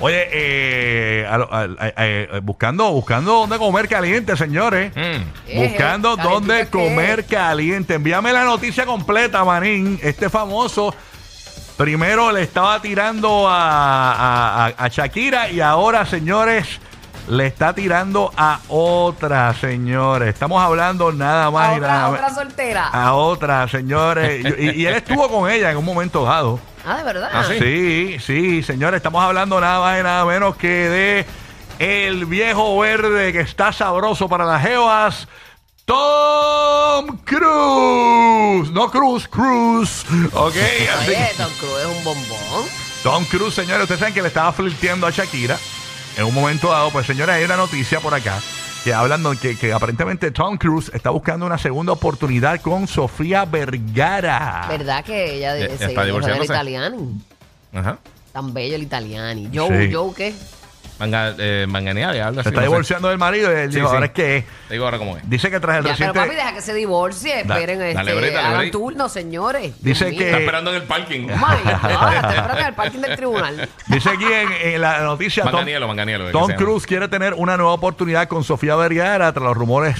Oye, eh, a lo- a- a- a- buscando, buscando dónde comer caliente, señores. Mm. Eh, Buscando eh, dónde calentito comer que caliente. Envíame la noticia completa, Manín. Este famoso primero le estaba tirando a, a- a- a Shakira y ahora, señores, le está tirando a otra, señores. Estamos hablando nada más A y nada otra, menos- otra soltera. Ah, A otra, señores. Yo- Y, y él estuvo con ella en un momento dado. de verdad. Ah, sí. Sí, sí, señores, estamos hablando nada más y nada menos que de el viejo verde que está sabroso para las jevas. Tom Cruise, no Cruz, Cruz, ok. así que- Oye, Tom Cruise es un bombón. Tom Cruise, señores, ustedes saben que le estaba flirteando a Shakira en un momento dado. Pues, señores, hay una noticia por acá que hablan de que, que aparentemente Tom Cruise está buscando una segunda oportunidad con Sofía Vergara. ¿Verdad que ella Ya- ya se está dejó del divorciándose. Italiani? Ajá. Tan bello el Italiani. Joe, Sí. Joe, ¿qué? Manga, eh, manganear, algo así. Se está no sé. divorciando Eh, del marido y él Sí, dijo, sí. ahora es que Te digo ahora cómo es. dice que tras el Ya, pero reciente... papi, deja que se divorcie. Da- Esperen, dale, este, break, dale, hagan break. turno, señores. Dice Dios que- mío. Oh Está esperando en el parking. My God, está esperando en el parking del tribunal. Dice aquí en, en la noticia Tom, Manganielo, Manganielo. Tom Cruise quiere tener una nueva oportunidad con Sofía Vergara tras los rumores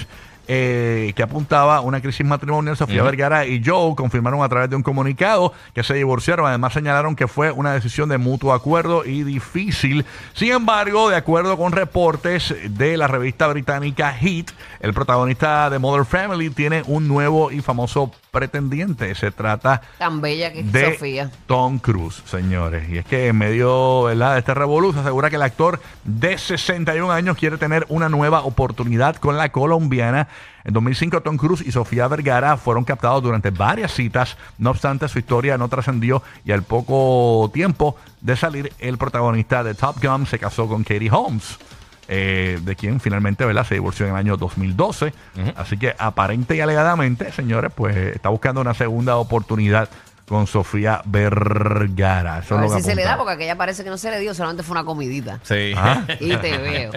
eh, que apuntaba una crisis matrimonial. Sofía Ujú. Vergara y Joe confirmaron a través de un comunicado que se divorciaron. Además señalaron que fue una decisión de mutuo acuerdo y difícil. Sin embargo, de acuerdo con reportes de la revista británica Hit, el protagonista de Mother Family tiene un nuevo y famoso pretendiente. Se trata Tan bella que es de Sofía. Tom Cruise, señores. Y es que en medio ¿verdad? de este revolú se asegura que el actor de 61 años quiere tener una nueva oportunidad con la colombiana. En 2005 Tom Cruise y Sofía Vergara fueron captados durante varias citas. No obstante, su historia no trascendió y al poco tiempo de salir, el protagonista de Top Gun se casó con Katie Holmes. eh, de quien finalmente ¿verdad? se divorció en el año 2012. Así que aparente y alegadamente, señores, pues está buscando una segunda oportunidad con Sofía Vergara. Eso A es ver lo si que se le da, apunta. porque aquella parece que no se le dio, solamente fue una comidita. Sí. Ajá. Y te veo.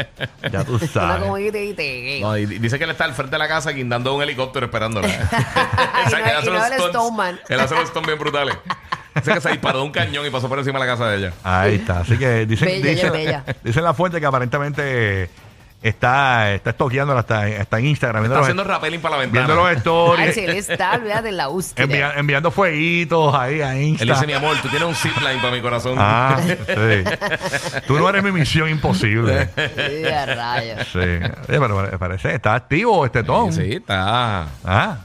Ya tú Una sabes. comidita y te veo. No, y di- dice que él está al frente de la casa guindando un helicóptero esperándola. Y no- que y no el stuntman. Él hace los stunts bien brutales. Dice que se disparó de un cañón y pasó por encima de la casa de ella. Ahí está. Así que dicen, Bella, dicen- bella. dicen la fuente que aparentemente está, está estoqueándola hasta, hasta en Instagram. Está viendo haciendo los- rappelling para la Viendo los ventana. Ay, stories. si él está, olvídate en la búsqueda. envia- enviando fueguitos ahí a Él dice, Instagram. mi amor, tú tienes un zipline para mi corazón. Ah, sí. Tú no eres mi misión imposible. Sí, a rayos. Sí. Oye, pero pare- parece, está activo este Tom. Sí, está. Ah,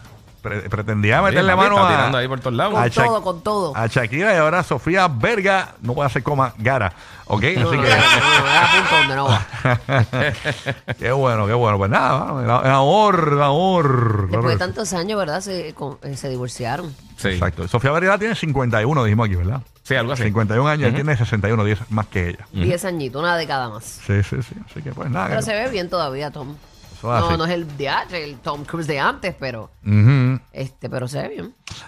pre- pretendía meterle Sí, papi, mano está a, tirando ahí por todos lados. Con a Shak- todo, con todo. a Shakira y ahora Sofía Verga, no puede hacer coma, gara. ¿Ok? Así No, no, no, no, que, no, era punto donde no va. qué bueno, qué bueno. Pues nada, vamos, el amor, el amor. Claro Después de que tantos años, ¿verdad? Se, con- eh, se divorciaron. sí. Sí. Exacto. Sofía Verga tiene 51, dijimos aquí, ¿verdad? Sí, algo así. 51 años, él tiene 61, 10 más que ella. Diez añitos, una década más. Sí, sí, sí. Así que pues nada. Pero que- se ve bien todavía, Tom. Eso Mm. es No, así. no es el de antes, el Tom Cruise de antes, pero, Ujú. este, pero se ve bien.